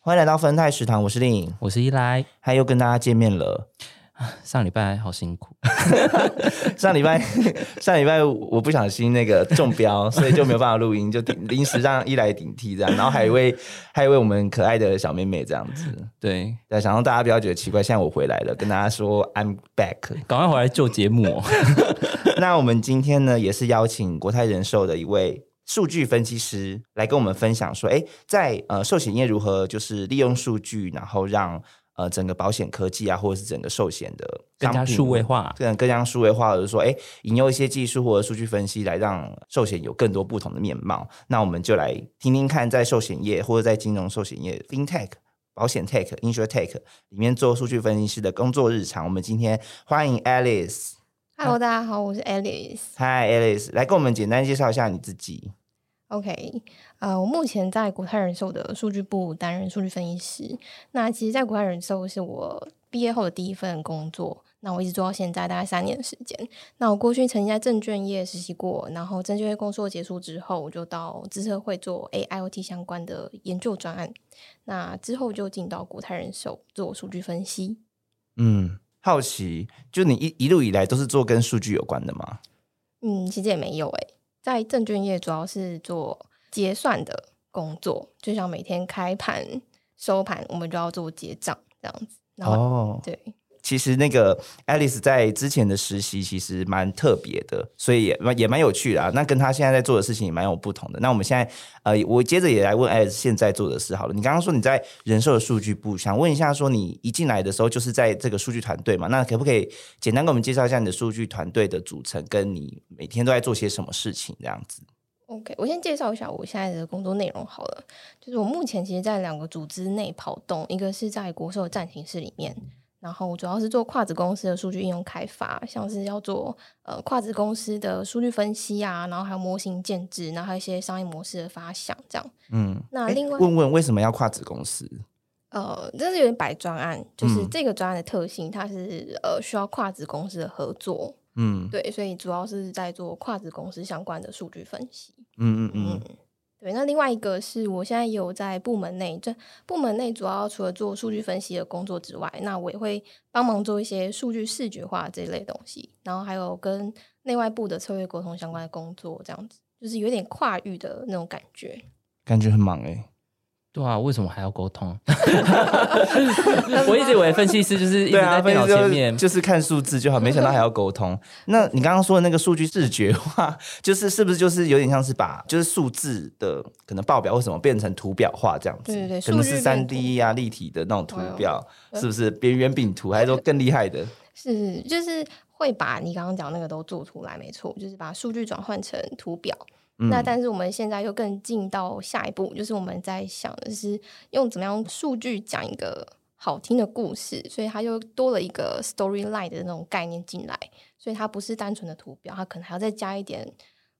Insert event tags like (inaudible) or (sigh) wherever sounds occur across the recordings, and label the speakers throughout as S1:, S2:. S1: 欢迎来到芬泰食堂，我是令颖，
S2: 我是依来，
S1: 嗨，又跟大家见面了。
S2: 上礼拜好辛苦，
S1: 上礼 (laughs) 拜上礼拜我不小心那个中 (laughs) 标，所以就没有办法录音，就顶临时让一来顶替这样，然后还有一位还有一位我们可爱的小妹妹这样子，
S2: 对，
S1: 对，想让大家不要觉得奇怪，现在我回来了，跟大家说 I'm back。
S2: 赶快回来救节目、 (laughs) 哦。
S1: 那我们今天呢，也是邀请国泰人寿的一位数据分析师来跟我们分享说，哎，在呃寿险业如何就是利用数据，然后让呃整个保险科技啊，或者是整个寿险的
S2: 更加
S1: 商品
S2: 数位化
S1: 更更加数位化，或者说，哎，引用一些技术或者数据分析来让寿险有更多不同的面貌。那我们就来听听看，在寿险业或者在金融寿险业 FinTech。保险 Tech、InsurTech 里面做数据分析师的工作日常。我们今天欢迎 Alice，
S3: Hello，大家好，我是 Alice。
S1: 嗨，Alice，来跟我们简单介绍一下你自己。
S3: OK，呃，我目前在国泰人寿的数据部担任数据分析师。那其实，在国泰人寿是我毕业后的第一份工作。那我一直做到现在，大概三年的时间。那我过去曾经在证券业实习过，然后证券业工作结束之后，我就到资策会做 AIoT 相关的研究专案。那之后就进到国泰人寿做数据分析。
S1: 嗯，好奇，就你一一路以来都是做跟数据有关的吗？
S3: 嗯，其实也没有诶、在证券业主要是做结算的工作，就像每天开盘、收盘，我们就要做结账这样子。然后、
S1: 哦，
S3: 对，
S1: 其实那个 Alice 在之前的实习其实蛮特别的，所以也蛮也蛮有趣的、啊。那跟她现在在做的事情也蛮有不同的。那我们现在呃，我接着也来问 Alice 现在做的事好了。你刚刚说你在人寿的数据部，想问一下，说你一进来的时候就是在这个数据团队嘛？那可不可以简单给我们介绍一下你的数据团队的组成，跟你每天都在做些什么事情这样子？
S3: OK，我先介绍一下我现在的工作内容好了。就是我目前其实，在两个组织内跑动，一个是在国寿的暂停室里面，然后主要是做跨子公司的数据应用开发，像是要做呃跨子公司的数据分析啊，然后还有模型建制，然后还有一些商业模式的发想这样。
S1: 嗯，
S3: 那
S1: 诶
S3: 啊另外
S1: 问问为什么要跨子公司？
S3: 呃，这是有点摆专案，就是
S1: 嗯
S3: 这个专案的特性，它是呃需要跨子公司的合作，
S1: 嗯
S3: 对，所以主要是在做跨子公司相关的数据分析。
S1: 嗯嗯嗯
S3: 嗯，对，那另外一个是我现在也有在部门内，这部门内主要除了做数据分析的工作之外，那我也会帮忙做一些数据视觉化这一类东西，然后还有跟内外部的策略沟通相关的工作，这样子就是有点跨域的那种感觉。
S1: 感觉很忙哎、
S2: 对啊，为什么还要沟 (laughs) 通？我一直以为分析师就是一直
S1: 对啊，
S2: 在电脑
S1: 分析
S2: 前
S1: 就
S2: 面，
S1: 就是看数字就好，没想到还要沟
S2: (laughs)
S1: 通。那你刚刚说的那个数据视觉化，就是是不是就是有点像是把就是数字的可能报表或什么变成图表化这样子？
S3: 对对对
S1: 可能
S3: 数
S1: 是
S3: 据
S1: 三
S3: 变图
S1: D 啊立体的那种图表，
S3: 哎呦
S1: 是不是边缘饼图，还是说更厉害的？
S3: 是，就是会把你刚刚讲那个都做出来，没错，就是把数据转换成图表。
S2: 嗯
S3: 那但是我们现在又更进到下一步，就是我们在想的是用怎么样数据讲一个好听的故事，所以它又多了一个 storyline 的那种概念进来，所以它不是单纯的图表，它可能还要再加一点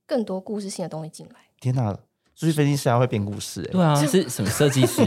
S3: 更多故事性的东西进来。
S1: 天哪，数据分析师还会编故事哎、
S2: 对啊，是什么设计 (laughs) 师？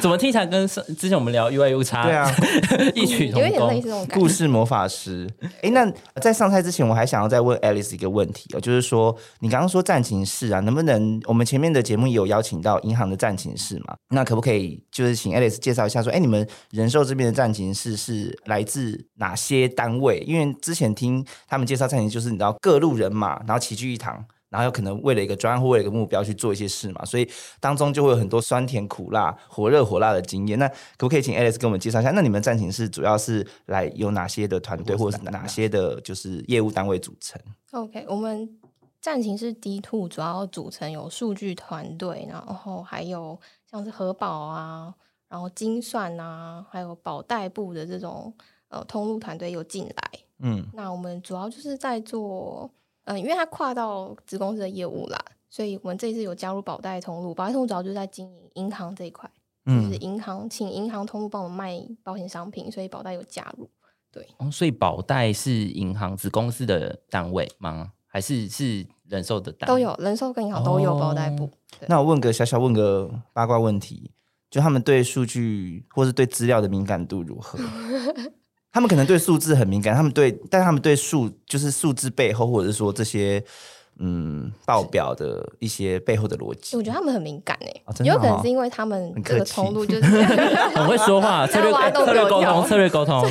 S2: 怎么听起来跟上之前我们聊 UI U 叉
S1: 对啊，
S2: (laughs) 异曲同
S3: 有一点类
S2: 工？
S3: 似那种感
S1: 故
S3: 觉。
S1: 事魔法师。哎，那在上菜之前，我还想要再问 Alice 一个问题哦，就是说你刚刚说战情室啊，能不能我们前面的节目也有邀请到银行的战情室嘛？那可不可以就是请 Alice 介绍一下说，哎，你们人寿这边的战情室是来自哪些单位？因为之前听他们介绍战情，就是你知道各路人马，然后齐聚一堂。然后有可能为了一个专案或为了一个目标去做一些事嘛，所以当中就会有很多酸甜苦辣、火热火辣的经验。那可不可以请 Alice 给我们介绍一下？那你们战情是主要是来有哪些的团队，或者是哪些的就是业务单位组成？
S3: OK，我们战情是 D two，主要组成有数据团队，然后还有像是核保啊，然后精算啊，还有保代部的这种呃通路团队有进来。
S1: 嗯
S3: 那我们主要就是在做，嗯、因为它跨到子公司的业务啦，所以我们这一次有加入保代通路。保代通路主要就是在经营银行这一块，就是
S1: 嗯
S3: 银行请银行通路帮我们卖保险商品，所以保单有加入。
S2: 哦，所以保代是银行子公司的单位吗？还是是人寿的单位哦
S3: 都？有人寿跟银行都有保代部。对
S1: 那我问个小小问个八卦问题，就他们对数据或是对资料的敏感度如 (laughs) 何？他们可能对数字很敏感，他们对，但他们对数就是数字背后，或者是说这些嗯报表的一些背后的逻辑。
S3: 我觉得他们很敏感诶、
S1: 哦真的
S3: 也有可
S1: 哦
S3: 能是因为他们
S1: 很
S3: 这
S1: 客
S3: 个
S1: 气
S3: 通路就是
S1: (laughs)
S3: 这
S2: 很会
S3: (laughs)
S2: 说话，策略
S3: 要挖洞
S2: 策略
S3: 给我
S2: 沟
S3: 跳
S2: 通，策略沟通。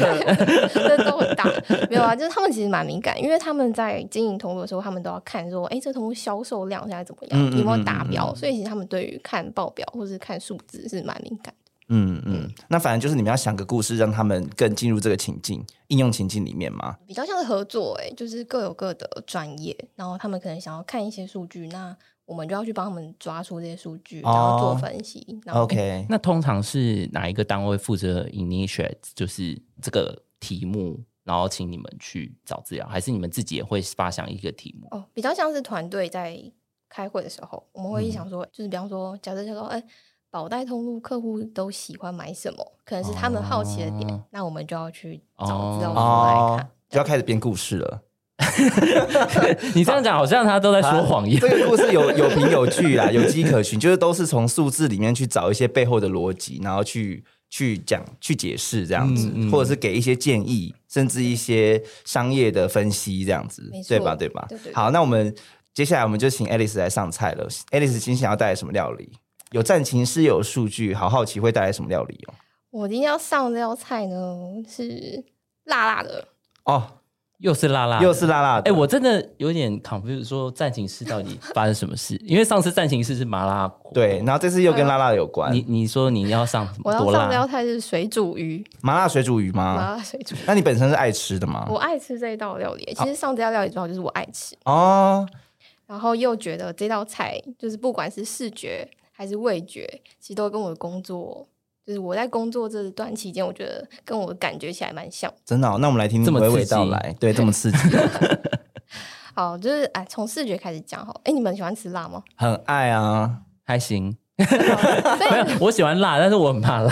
S3: 都很大，没有啊， (laughs) 就是他们其实蛮敏感，因为他们在经营通路的时候，他们都要看说，哎、这通路销售量现在怎么样，
S1: 嗯嗯
S3: 有没
S1: 嗯
S3: 有达
S1: 嗯
S3: 标，所以其实他们对于看报表或是看数字是蛮敏感的。
S1: 嗯嗯，那反正就是你们要想个故事，让他们更进入这个情境、应用情境里面嘛。
S3: 比较像是合作、诶，就是各有各的专业，然后他们可能想要看一些数据，那我们就要去帮他们抓出这些数据，然后做
S1: 哦
S3: 分析，然后
S1: OK，
S2: 那通常是哪一个单位负责 initiate 就是这个题目，然后请你们去找资料，还是你们自己也会发想一个
S1: (laughs)
S2: 题目？
S3: 哦，比较像是团队在开会的时候，我们会想说，就是比方说，假设就说，哎、保代通路客户都喜欢买什么，可能是他们好奇的点，
S2: 哦
S3: 那我们就要去找资料出来
S1: 哦
S3: 看。，
S1: 就要开始编故事了。
S2: 你这样讲好像他都在说谎一样。
S1: 这个故事有有 (laughs) 凭有据啊，有迹可循，就是都是从数字里面去找一些背后的逻辑，然后去去讲、去解释这样子，
S2: 嗯嗯
S1: 或者是给一些建议，甚至一些商业的分析这样子
S3: 没，错
S1: 对吧？对吧？
S3: 对对对
S1: 好，那我们接下来我们就请 Alice 来上菜了。Alice 今天想要带来什么料理？有战情师，有数据，好好奇会带来什么料理哦？
S3: 我今天要上这道菜呢，是辣辣的，
S1: 哦，
S2: 又是辣辣的，
S1: 又是辣辣的，
S2: 哎、我真的有点 confused，说战情室到底发生什么事？因为上次战情室是麻辣锅，
S1: 对，然后这次又跟辣辣有关，
S2: 你你说你要上
S3: 我要
S2: 多
S3: 上这
S2: 辣
S3: 道？菜是水煮鱼，
S1: 麻辣水煮鱼吗？
S3: 麻辣水煮。
S1: (laughs)
S3: 鱼。
S1: 那你本身是爱吃的吗
S3: 我？爱吃这一道料理，其实上这道料理主要就是我爱吃，
S1: 哦，
S3: 然后又觉得这道菜就是不管是视觉还是味觉，其实都跟我的工作，就是我在工作这段期间，我觉得跟我感觉起来蛮像。
S1: 真的、哦，那我们来听
S2: 这么
S1: 娓
S2: 刺
S1: 娓
S2: 激
S1: 道来，对，这么刺激，
S2: (laughs)
S3: 好，就是哎，从视觉开始讲好。哎，你们喜欢吃辣吗？
S1: 很爱啊，
S2: 还行，
S3: 所
S2: 没有
S3: 以，
S2: 我喜欢辣，但是我很怕辣。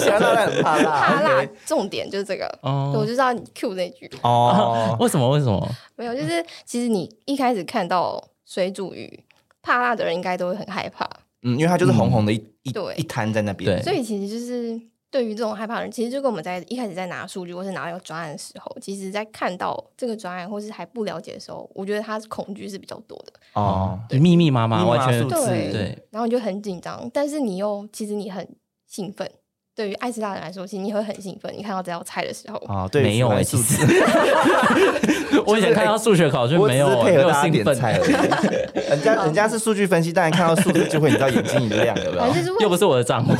S1: 喜欢辣但很怕辣，
S3: 怕辣
S1: OK
S3: 重点就是这个。我
S2: 哦
S3: 就，知道你 Q 那句
S2: (laughs)
S1: 哦，
S2: 为什么？为什么？
S3: 没有，就是其实你一开始看到水煮鱼，怕辣的人应该都会很害怕，
S1: 嗯，因为它就是红红的一一
S3: 嗯对
S1: 一摊在那边，
S2: 对
S3: 所以其实就是对于这种害怕的人，其实就跟我们在一开始在拿数据或是拿到专案的时候，其实在看到这个专案或是还不了解的时候，我觉得他恐惧是比较多的，
S1: 哦，
S2: 密密麻麻，
S1: 密密麻麻
S2: 完全
S1: 数字
S3: 对
S2: 对
S3: 然后你就很紧张，但是你又其实你很兴奋。对于爱吃辣的人来说，其实你会很兴奋，你看到这道菜的时候，
S1: 哦，对，
S2: 没有哎、
S1: 哎，
S2: 其
S1: 数
S2: 实
S1: 字，
S2: (laughs) 我以前看到数学考卷
S1: 我只
S2: 没有
S1: 是
S2: 欸，没
S1: 配合
S2: 有
S1: 大家
S2: 兴
S1: 点菜
S2: 奋，
S1: 而
S2: (laughs)
S1: 已，人家人家是数据分析，当然看到数字就会，你知道眼睛一亮，有没
S3: 反
S1: 有
S3: 正？就是
S2: 又
S3: 会，
S2: 不是我的账户。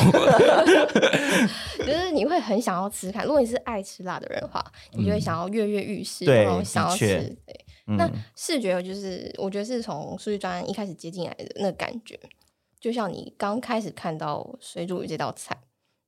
S3: 就是你会很想要吃看。如果你是爱吃辣的人的话，你就会想要跃跃欲试，
S1: 嗯对
S3: 然后想要
S1: 的
S3: 吃
S1: 确。
S3: 对，那
S1: 嗯，
S3: 视觉就是我觉得是从数据专案一开始接进来的那个感觉，就像你刚开始看到水煮鱼这道菜，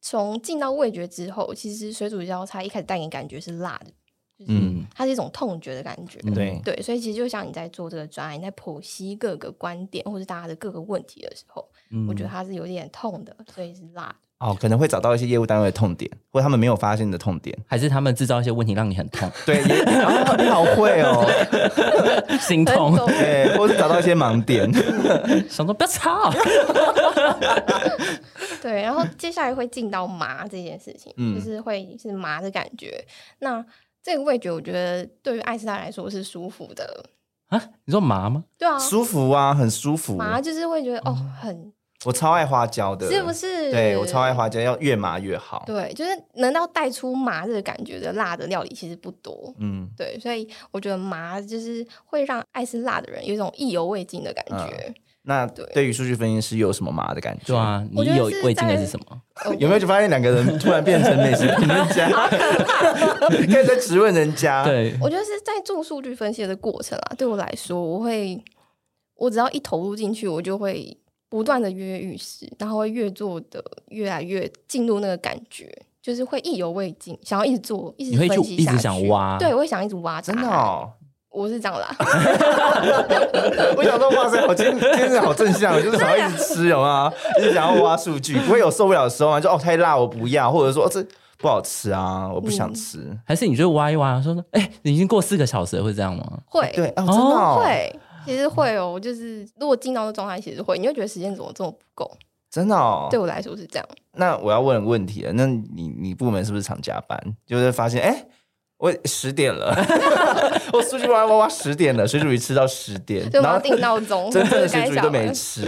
S3: 从进到味觉之后，其实水煮鱼这道菜一开始带给你感觉是辣的，就是
S2: 嗯，
S3: 它是一种痛觉的感觉。
S1: (laughs) 对，
S3: 对，所以其实就像你在做这个专案，你在剖析各个观点或是大家的各个问题的时候，
S2: 嗯
S3: 我觉得它是有点痛的，所以是辣的。
S1: 哦，可能会找到一些业务单位的痛点，或者他们没有发现的痛点，
S2: 还是他们制造一些问题让你很
S3: (laughs)
S2: 痛
S1: 对，也啊你好会哦，
S2: 心
S3: 很
S2: 痛，
S3: 懂
S1: 对，或是找到一些盲点，
S3: 哦
S2: 想说不要吵。 (laughs)
S3: 对，然后接下来会进到麻这件事情，
S1: 嗯
S3: 就是会是麻的感觉。那这个味觉，我觉得对于爱斯达来说是舒服的，
S2: 啊，你说麻吗？
S3: 对啊，
S1: 舒服啊，很舒服，
S3: 麻就是会觉得哦，很
S1: 我超爱花椒的，
S3: 是不是？
S1: 嗯对我超爱。花椒，要越麻越好。
S3: 对，就是能到带出麻这个感觉的辣的料理其实不多。
S1: 嗯，
S3: 对，所以我觉得麻就是会让爱吃辣的人有一种意犹未尽的感
S1: 嗯
S3: 觉。
S1: 那对于数据分析师有什么麻的感觉？
S2: 对，啊，你
S3: 我觉得
S2: 有
S3: 是
S2: 味精的
S3: 在
S2: 是什么？
S3: 哦
S1: 有没有就发现两个人突然变成美食评论家， (laughs) 开始在质问人家？，
S2: 对，
S3: 我觉得是在做数据分析的过程啊，对我来说，我会我只要一投入进去，我就会不断的跃跃欲试，然后会越做的越来越进入那个感觉，就是会意犹未尽，想要一直做，一
S2: 你
S3: 直
S2: 会
S3: 分
S2: 就
S3: 析
S2: 一
S3: 下
S2: 直
S3: 去。
S2: 想挖
S3: 对，我会想一直挖答
S1: 真
S3: 案，
S1: 的哦，
S3: 我是
S1: (laughs)
S3: 长啦，
S1: 我想说，哇塞，好今今天好正向，就是想要一直吃，有吗？一直想要挖数据，不会有受不了的时候吗？就哦太辣我不要，或者说、哦这不好吃啊，我不
S3: 嗯
S1: 想吃。
S2: 还是你就挖一挖，说说，哎、你已经过四个小时了，会这样吗？
S3: 会
S1: 对哦，真的、哦、
S3: 会，其实会哦，就是如果进到这状态，其实会，你会觉得时间怎么这么不够？
S1: 真的哦。
S3: 对我来说是这样，
S1: 那我要问问题了，那你你部门是不是常加班？就是发现哎。我十点了， (laughs) 我数据哇哇哇十点了，水煮鱼吃到十点，
S3: 所以我
S1: 然
S3: 要
S1: 后
S3: 定闹钟，
S1: 真正的水
S3: 该
S1: 煮鱼
S3: 下
S1: 都
S3: 班
S1: 没吃。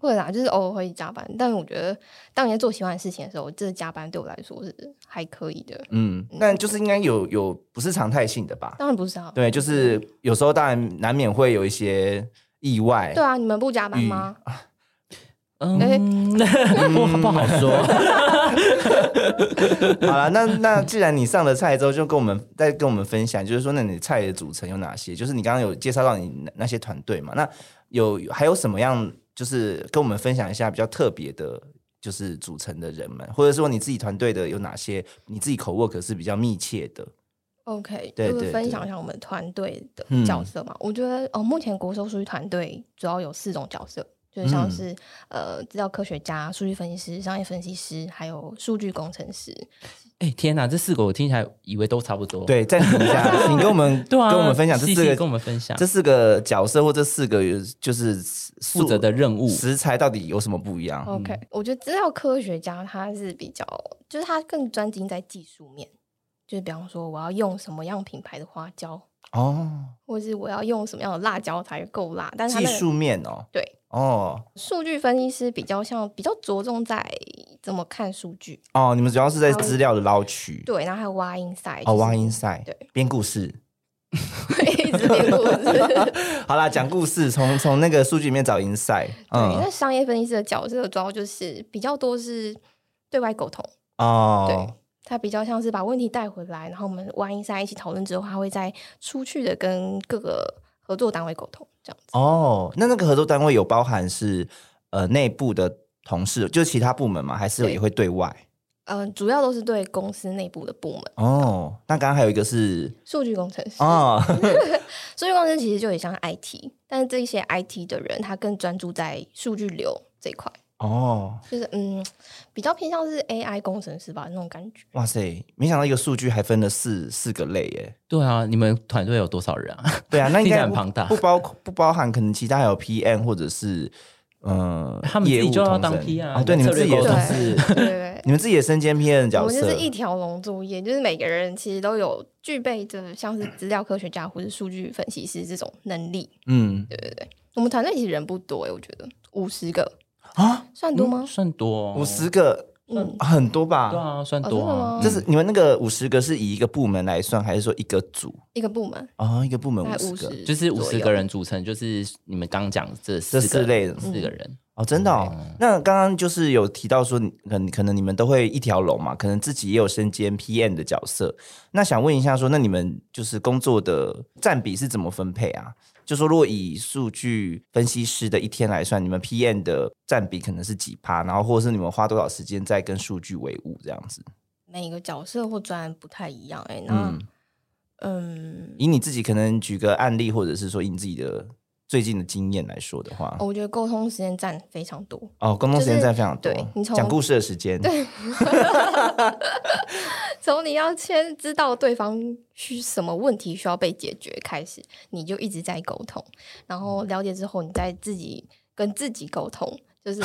S3: 会啦，就是偶尔会加班，但我觉得当你在做喜欢的事情的时候，这加班对我来说是还可以的。
S1: 嗯，那就是应该有有不是常态性的吧？
S3: 当然不是啊，
S1: 对，就是有时候当然难免会有一些意外。
S3: 对啊，你们不加班吗？
S2: 嗯， (laughs)
S3: 哎
S2: 我不好说。
S1: (laughs) 好了，那那既然你上了菜之后，就跟我们再跟我们分享，就是说，那你菜的组成有哪些？就是你刚刚有介绍到你那那些团队嘛？那有还有什么样？就是跟我们分享一下比较特别的，就是组成的人们，或者说你自己团队的有哪些？你自己口 work 是比较密切的？
S3: OK，
S1: 对
S3: 就是
S1: 对
S3: 分
S1: 对
S3: 享一下我们团队的
S1: 嗯
S3: 角色嘛。我觉得哦，目前国手数据团队主要有四种角色，就
S1: 嗯
S3: 是像是、呃资料科学家、数据分析师、商业分析师，还有数据工程师。
S2: 哎、天哪，这四个我听起来以为都差不多。
S1: 对，暂停一 (laughs) 下，请跟我们
S2: 对啊，
S1: 跟我们分享这
S2: 细
S1: 四
S2: 细
S1: 个
S2: 跟我们分享
S1: 这四个角色或这四个就是
S2: 负
S1: 负
S2: 责的哦任务。
S1: 食材到底有什么不一样？
S3: OK，、我觉得资料科学家他是比较，就是他更专精在技术面，就是比方说我要用什么样品牌的花椒，
S1: 哦，
S3: 或是我要用什么样的辣椒才够辣，但是他
S1: 技
S3: 那个
S1: 术面哦，
S3: 对
S1: 哦
S3: 数据分析师比较像比较着重在怎么看数据，
S1: 哦，你们主要是在资料的捞取，
S3: 对，然后还有挖 insight，
S1: 哦，挖
S3: 就是
S1: inside，
S3: 对，
S1: 编故事。
S3: 一直编故
S1: (laughs)
S3: 事。
S1: 好啦，讲故事，从从那个数据里面找 inside，
S3: 对，那
S1: 嗯，
S3: 商业分析师的角色主要就是比较多是对外沟通，
S1: 哦
S3: 对，他比较像是把问题带回来，然后我们万一在一起讨论之后，他会再出去的跟各个合作单位沟通，这样子。
S1: 哦，那那个合作单位有包含是呃内部的同事，就是其他部门嘛，还是
S3: 对
S1: 也会对外？
S3: 嗯、主要都是对公司内部的部门，
S1: 哦，那刚刚还有一个是
S3: 数据工程师。
S1: 哦，
S3: 数据工程师其实就也像 IT，但是这些 IT 的人他更专注在数据流这一块，
S1: 哦，
S3: 就是嗯，比较偏向是 AI 工程师吧那种感觉。
S1: 哇塞，没想到一个数据还分了四四个类耶。
S2: 对啊，你们团队有多少人啊？
S1: 对啊，那应
S2: 听 (laughs)
S1: 该
S2: 起来很
S1: 不
S2: 庞大
S1: 不包不包含可能其他还有 PM 或者是嗯，
S2: 他们自己
S1: 业务
S2: 就要
S1: 同
S2: 当
S1: 仁
S2: PR
S1: 啊，对，你们
S2: 策略
S1: 自己也
S2: 沟
S1: 都
S2: 通
S1: 是，
S3: 对对对。
S1: 你们自己也身兼 PM 的角
S3: 我们
S1: 色，
S3: 就是一条龙作业，就是每个人其实都有具备着像是资料科学家或是数据分析师这种能力。
S1: 嗯
S3: 我们团队其实人不多、欸，我觉得五十个
S1: 啊，
S3: 算多吗？
S2: 嗯算多、哦
S1: 五十个
S3: 嗯，
S1: 很多
S2: 对
S1: 吧？
S2: 啊，算
S3: 哦
S2: 多
S3: 真的
S2: 啊
S3: 吗。
S1: 这是你们那个五十个是以一个部门来算，还是说一个组
S3: 一个部门
S1: 啊？一个部门
S3: 大概
S1: 五
S3: 五
S1: 十个
S3: 十，
S2: 就是五十个人组成，就是你们刚讲这
S1: 这
S2: 四
S1: 四
S2: 个
S1: 类的
S2: 四
S3: 嗯
S2: 个人，
S1: 哦，真的哦。
S2: 嗯
S1: 那刚刚就是有提到说，你可能可能你们都会一条龙嘛，可能自己也有身兼 PM 的角色。那想问一下说，那你们就是工作的占比是怎么分配啊？就说如果以数据分析师的一天来算，你们 PM 的占比可能是几趴，然后或者是你们花多少时间在跟数据为伍这样子？
S3: 每个角色或专案不太一样、欸，哎，那
S1: 嗯
S3: 嗯。
S1: 以你自己可能举个案例，或者是说以你自己的最近的经验来说的话，
S3: 哦我觉得沟通时间占非常多，
S1: 哦，沟通时间占非常多，
S3: 就是对你从
S1: 讲故事的时间，对，
S3: 从你要先知道对方需什么问题需要被解决开始，你就一直在沟通，然后了解之后，你再自己跟自己沟通，
S1: (laughs)
S3: 就是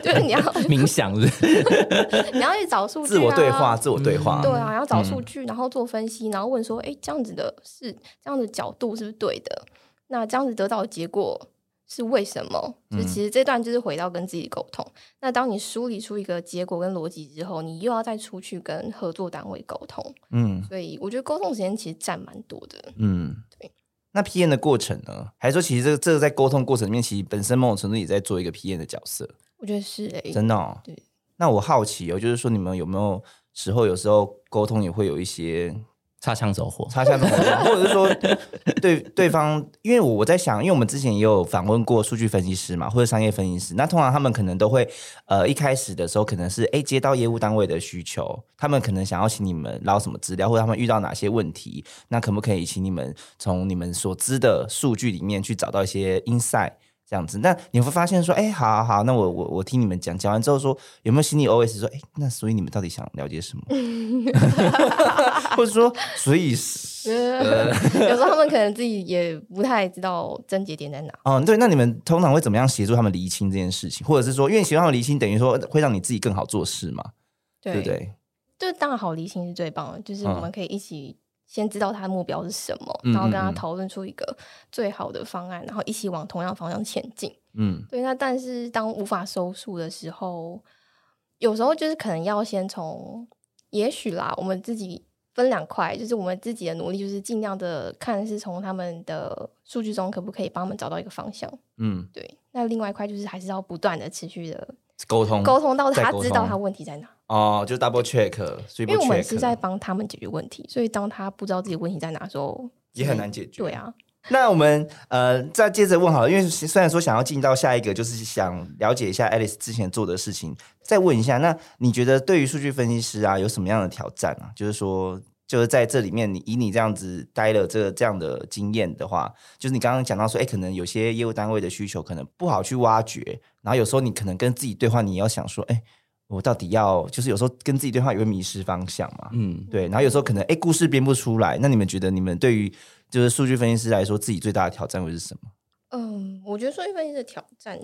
S3: 就是你要
S2: 冥想是不是
S3: (laughs) 你要去找数据、
S1: 自
S3: 啊，
S1: 我对话，自嗯我对话，
S3: 对啊，要找数据，然后做分析，然后问说，哎，这样子的是这样的角度是不是对的？那这样子得到的结果是为什么？
S1: 嗯
S3: 就其实这段就是回到跟自己沟通。那当你梳理出一个结果跟逻辑之后，你又要再出去跟合作单位沟通，
S1: 嗯
S3: 所以我觉得沟通时间其实占蛮多的。
S1: 嗯
S3: 对。
S1: 那 P N 的过程呢？还是说，其实这个这个在沟通过程里面，其实本身某种程度也在做一个 P N 的角色，
S3: 我觉得是哎、 (laughs)
S1: 真的、哦。
S3: 对。
S1: 那我好奇哦，就是说你们有没有时候有时候沟通也会有一些
S2: 擦枪走火，
S1: 擦枪走火，或者是说对对方，因为我我在想，因为我们之前也有访问过数据分析师嘛，或者商业分析师，那通常他们可能都会呃一开始的时候可能是哎接到业务单位的需求，他们可能想要请你们捞什么资料，或者他们遇到哪些问题，那可不可以请你们从你们所知的数据里面去找到一些 insight？这样子，那你会发现说，哎、好好好，那我我我听你们讲，讲完之后说，有没有心里 OS 说，哎、那所以你们到底想了解什么？或者说，所以是
S3: 有时候他们可能自己也不太知道症结点在哪。
S1: 嗯，对，那你们通常会怎么样协助他们厘清这件事情，或者是说，因为协助他们厘清，等于说会让你自己更好做事嘛，对不对？
S3: 就当然好离心是最棒的，就是
S1: 嗯
S3: 我们可以一起先知道他的目标是什么，
S1: 嗯
S3: 然后
S1: 嗯
S3: 跟他
S1: 嗯
S3: 讨论出一个最好的方案，然后一起往同样方向前进。
S1: 嗯
S3: 对，那但是当无法收束的时候，有时候就是可能要先从，也许啦，我们自己分两块，就是我们自己的努力，就是尽量的看是从他们的数据中可不可以帮我们找到一个方向。
S1: 嗯，
S3: 对，那另外一块就是还是要不断的持续的
S1: 沟通
S3: 沟通到
S1: 再
S3: 他
S1: 沟
S3: 知道
S1: 通
S3: 他问题在哪。
S1: 哦，就 double check，所以
S3: 因为我们是在帮他们解决问题，所以当他不知道自己问题在哪的时候，
S1: 也很难解决。
S3: 对，啊，
S1: 那我们呃再接着问好了，因为虽然说想要进到下一个，就是想了解一下 Alice 之前做的事情，再问一下，那你觉得对于数据分析师啊有什么样的挑战啊？就是说。就是在这里面，你以你这样子待了这这样的经验的话，就是你刚刚讲到说，哎、可能有些业务单位的需求可能不好去挖掘，然后有时候你可能跟自己对话，你也要想说，哎、我到底要就是有时候跟自己对话也会迷失方向嘛，
S2: 嗯，
S1: 对，然后有时候可能哎、诶故事编不出来，那你们觉得你们对于就是数据分析师来说，自己最大的挑战会是什么？
S3: 嗯，我觉得数据分析的挑战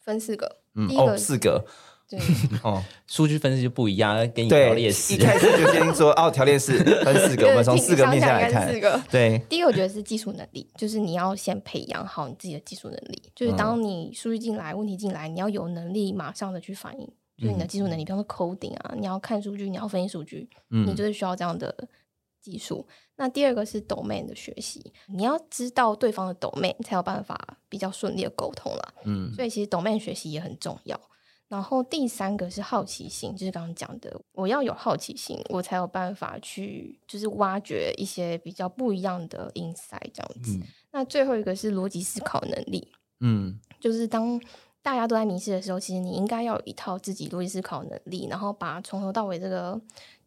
S3: 分四个，
S1: 嗯
S3: 第，一个
S1: 哦，四个， (laughs)
S3: 对，
S1: 哦，
S2: 数据分析就不一样，跟你条
S1: 对，
S2: 列
S1: 一
S2: 式，
S1: 开始就先说哦，条列式分四
S3: (laughs)
S1: 个，我们从四个面向来
S3: 应该是
S1: 看
S3: 四，个。
S1: 对，
S3: 第一个我觉得是技术能力，就是你要先培养好你自己的技术能力，就是
S1: 嗯
S3: 当你数据进来、问题进来，你要有能力马上的去反应，就是你
S1: 嗯
S3: 的技术能力，比方说 coding 啊，你要看数据，你要分析数据，你
S1: 嗯
S3: 就是需要这样的技术。那第二个是 domain 的学习，你要知道对方的 domain 才有办法比较顺利的沟通啦。
S1: 嗯
S3: 所以其实 domain 学习也很重要。然后第三个是好奇心，就是刚刚讲的，我要有好奇心，我才有办法去就是挖掘一些比较不一样的 insight 这样子。
S2: 嗯
S3: 那最后一个是逻辑思考能力，
S1: 嗯
S3: 就是当大家都在迷失的时候，其实你应该要有一套自己逻辑思考能力，然后把从头到尾这个，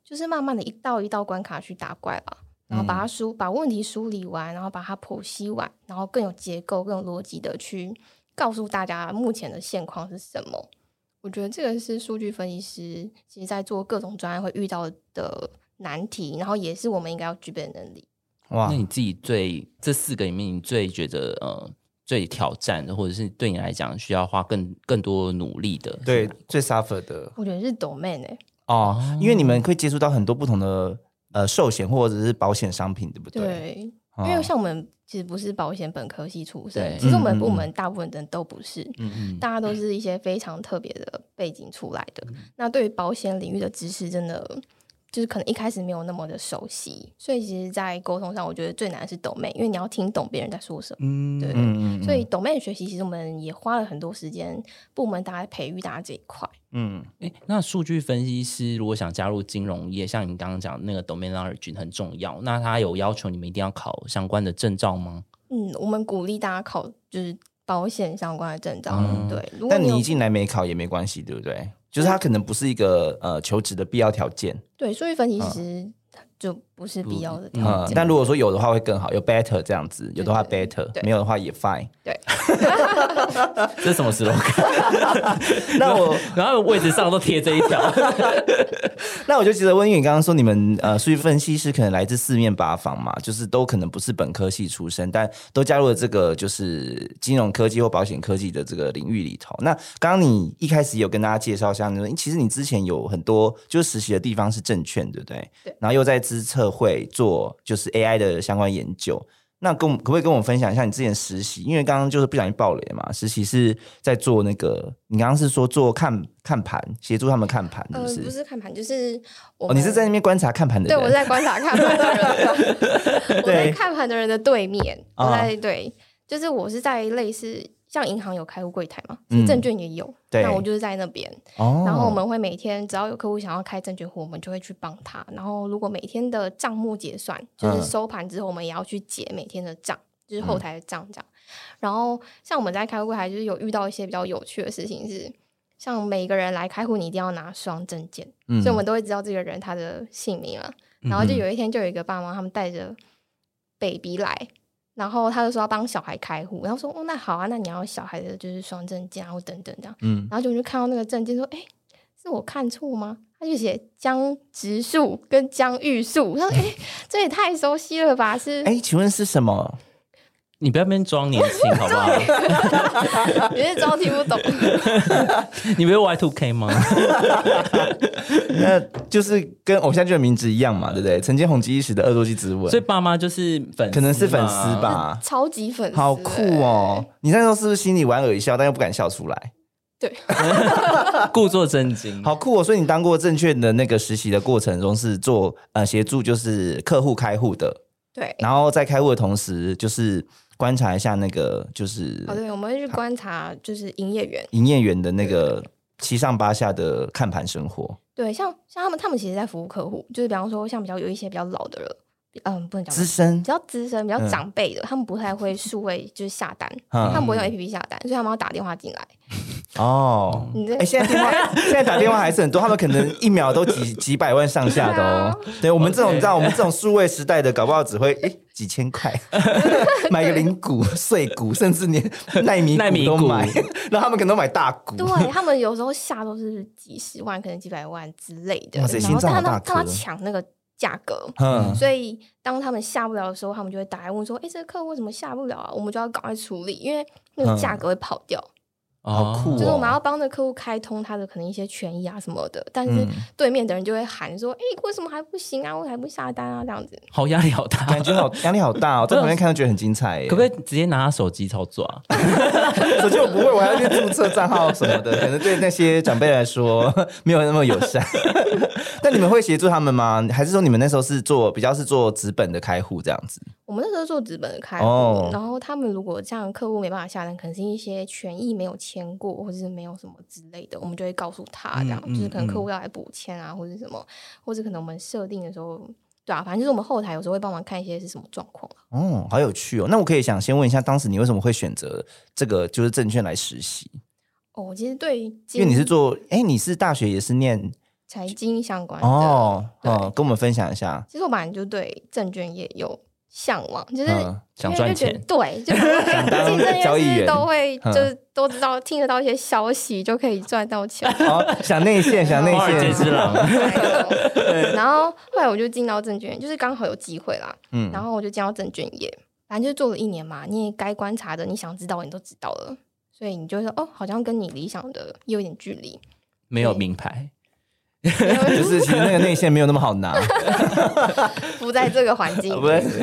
S3: 就是慢慢的一道一道关卡去打怪吧，然后把它梳、把问题梳理完，然后把它剖析完，然后更有结构、更有逻辑的去告诉大家目前的现况是什么。我觉得这个是数据分析师其实在做各种专案会遇到的难题，然后也是我们应该要具备的能力。
S1: 哇
S2: 那，你自己最这四个里面，你最觉得呃最挑战的，或者是对你来讲需要花更更多努力的，
S1: 对，最 suffer 的
S3: 我觉得是 domain 哎、
S1: 哦，因为你们会接触到很多不同的呃寿险或者是保险商品，对不对？
S3: 对，
S1: 哦，
S3: 因为像我们其实不是保险本科系出身
S2: 对，
S3: 其实我们
S1: 嗯嗯
S3: 部门大部分人都不是，
S2: 嗯
S3: 大家都是一些非常特别的背景出来的。
S1: 嗯
S3: 那对于保险领域的知识，真的就是可能一开始没有那么的熟悉，所以其实，在沟通上，我觉得最难的是 domain，因为你要听懂别人在说什么。
S2: 嗯
S3: 对
S1: 嗯嗯，
S3: 所以 domain 学习，其实我们也花了很多时间，部门大概培育大家这一块。
S1: 嗯
S2: 诶那数据分析师如果想加入金融业，像你刚刚讲那个 domain knowledge 很重要，那他有要求你们一定要考相关的证照吗？
S3: 嗯，我们鼓励大家考就是保险相关的证照。
S2: 嗯
S3: 对，如果
S1: 但
S3: 你有嗯
S1: 你一进来没考也没关系，对不对？就是它可能不是一个呃求职的必要条件，
S3: 对数据分
S1: 啊
S3: 析师就不是必要的条
S1: 嗯，
S3: 件。
S1: 但如果说有的话会更好，有 better 这样子，有的话
S3: 对
S1: better，
S3: 对
S1: 没有的话也
S3: (laughs)
S1: fine。
S2: 这是什
S1: (laughs)
S2: 么 slogan？
S1: 那我
S2: 然后位置上都贴这一条，
S1: (laughs) 那我就觉得温宇刚刚说你们呃数据分析师可能来自四面八方嘛，就是都可能不是本科系出身，但都加入了这个就是金融科技或保险科技的这个领域里头。那刚刚你一开始也有跟大家介绍一下，你说诶其实你之前有很多就是实习的地方是证券，对不对？
S3: 对
S1: 然后又在资策会做就是 AI 的相关研究。那跟我们可不可以跟我们分享一下你之前实习？因为刚刚就是不小心爆雷嘛，实习是在做那个，你刚刚是说做看看盘，协助他们看盘，是
S3: 呃，不是看盘，就是我
S1: 哦，
S3: 们、
S1: 你是在那边观察看盘的
S3: 对
S1: 人？
S3: 我在观察看
S1: (laughs)
S3: 盘的人，我
S1: 对
S3: 在看盘的人的对面，我
S1: 啊
S3: 在对，就是我是在类似像银行有开户柜台嘛，
S1: 嗯
S3: 证券也有，
S1: 对
S3: 那我就是在那边。
S1: 哦
S3: 然后我们会每天只要有客户想要开证券户，我们就会去帮他。然后如果每天的账目结算，就是
S1: 嗯
S3: 收盘之后，我们也要去结每天的账，就是后台的账这样。然后像我们在开户还就是有遇到一些比较有趣的事情是。像每个人来开户，你一定要拿双证件，
S1: 嗯
S3: 所以我们都会知道这个人他的姓名了。 (laughs) 然
S2: 嗯
S3: 后就有一天，就有一个爸妈他们带着 baby 来，然后他就说要帮小孩开户，然后说哦那好啊，那你要小孩的就是双证件啊，或等等这样。
S1: 嗯
S3: 然后就我就看到那个证件说，哎、是我看错吗？他就写江直树跟江玉树，我说哎、这也太熟悉了吧？是
S1: 嗯 (laughs) 哎、请问是什么？
S2: 嗯你不要在那边装年轻好
S3: (laughs)
S2: 不好？
S3: 有些装听
S1: (laughs)
S3: 不懂，
S2: 你不是 Y two K 吗？
S1: 那就是跟偶像剧的名字一样嘛，对不对？曾经红极一时的恶作剧之吻
S2: 所，以爸妈就是粉丝嘛，
S1: 可能是粉丝吧。
S3: 超级粉丝、
S1: 啊好酷！哦！你那时候是不是心里莞尔一笑，但又不敢笑出来？
S2: 故作震惊。
S1: 好酷哦！所以你当过证券的那个实习的过程中，是做呃协助就是客户开户的，
S3: 对，
S1: 然后在开户的同时，就是观察一下那个就是
S3: 哦对，我们会去观察就是营业员，
S1: 营业员的那个七上八下的看盘生活，
S3: 对，像像他们他们其实在服务客户，就是比方说像比较有一些比较老的人，嗯，不能讲老
S1: 资深
S3: 比较资深、比较
S1: 嗯
S3: 长辈的，他们不太会数位就是下单，
S1: 嗯
S3: 他们不会用 A P P 下单，所以他们要打电话进来。
S1: 哦。
S3: 你这
S1: 哎、现在
S2: (laughs)
S1: 电话现在打电话还是很多，他们可能一秒都几几百万上下的哦。
S2: 啊
S1: 对我们这种
S2: OK
S1: 你知道，我们这种数位时代的，搞不好只会哎、几千
S2: (laughs)
S1: 块买个零股、碎股，甚至连奈米
S2: 奈米
S1: 股都
S2: 股啊
S1: 买，然后他们可能都买大股。
S3: (laughs) 对他们有时候下都是几十万，可能几百万之类的。
S1: 哇塞
S3: 然
S1: 心
S3: 后
S1: 脏
S3: 但
S1: 好大
S3: 他们他们
S1: 颗
S3: 要抢那个价格，
S1: 嗯，
S3: 所以当他们下不了的时候，他们就会打来问说：“哎、这个客户为什么下不了啊？”我们就要赶快处理，因为那个
S1: 嗯
S3: 价格会跑掉。
S1: 好酷
S2: 哦
S3: 就是我们
S1: 哦。
S3: 要帮着客户开通他的可能一些权益啊什么的，但是
S1: 嗯
S3: 对面的人就会喊说：“哎、为什么还不行啊？为什么还不下单啊？”这样子。
S2: 好压力好大，
S1: 感觉好压力好大哦，在
S2: 对啊
S1: 旁边看都觉得很精彩耶。
S2: 可不可以直接拿他手机操作啊？
S1: 手机我不会，我还要去注册账号什么
S2: (laughs)
S1: 的，可能对那些长辈来说 (laughs) 没有那么友善。但你们会协助他们吗？还是说你们那时候是做比较是做纸本的开户这样子？
S3: 我们那时候做纸本的开户，
S1: 哦
S3: 然后他们如果这样客户没办法下单，可能是一些权益没有签过，或者是没有什么之类的，我们就会告诉他这样，
S1: 嗯嗯
S3: 就是可能客户要来补签啊，或者什么，或者可能我们设定的时候，对啊，反正就是我们后台有时候会帮忙看一些是什么状况。啊
S1: 哦，好有趣哦！那我可以想先问一下，当时你为什么会选择这个就是证券来实习？
S3: 哦，我其实对于
S1: 因为你是做，哎，你是大学也是念
S3: 财经相关的，
S1: 哦，
S3: 对
S1: 哦，跟我们分享一下。
S3: 其实我本来就对证券业有向往，就是。
S1: 嗯
S2: 想
S3: 因为
S2: 赚
S3: 就觉得
S2: 钱，
S3: 对，就
S1: (laughs)
S3: 想哎
S1: 当
S3: 进证
S1: 交易
S3: 券
S1: 员
S3: 是都会
S1: 嗯
S3: 就是都知道听得到一些消息就可以赚
S1: (laughs)
S3: 到钱，
S1: 哦，想内线，
S3: (laughs)
S1: 想内
S2: 华尔街之
S1: 线，
S2: 狼
S1: (laughs)
S3: 对然后后来我就进到证券，就是刚好有机会啦，
S1: 嗯
S3: 然后我就进到证券业，反正就做了一年嘛，你也该观察的，你想知道的你都知道了，所以你就会说哦，好像跟你理想的也有点距
S1: (laughs)
S3: 离，
S2: 没有名牌，
S1: 就是其实那个内线没有那么好
S3: (laughs)
S1: 拿，
S3: 不在这个环
S1: (laughs)
S3: 境里
S1: 啊不
S3: 面，
S1: 是？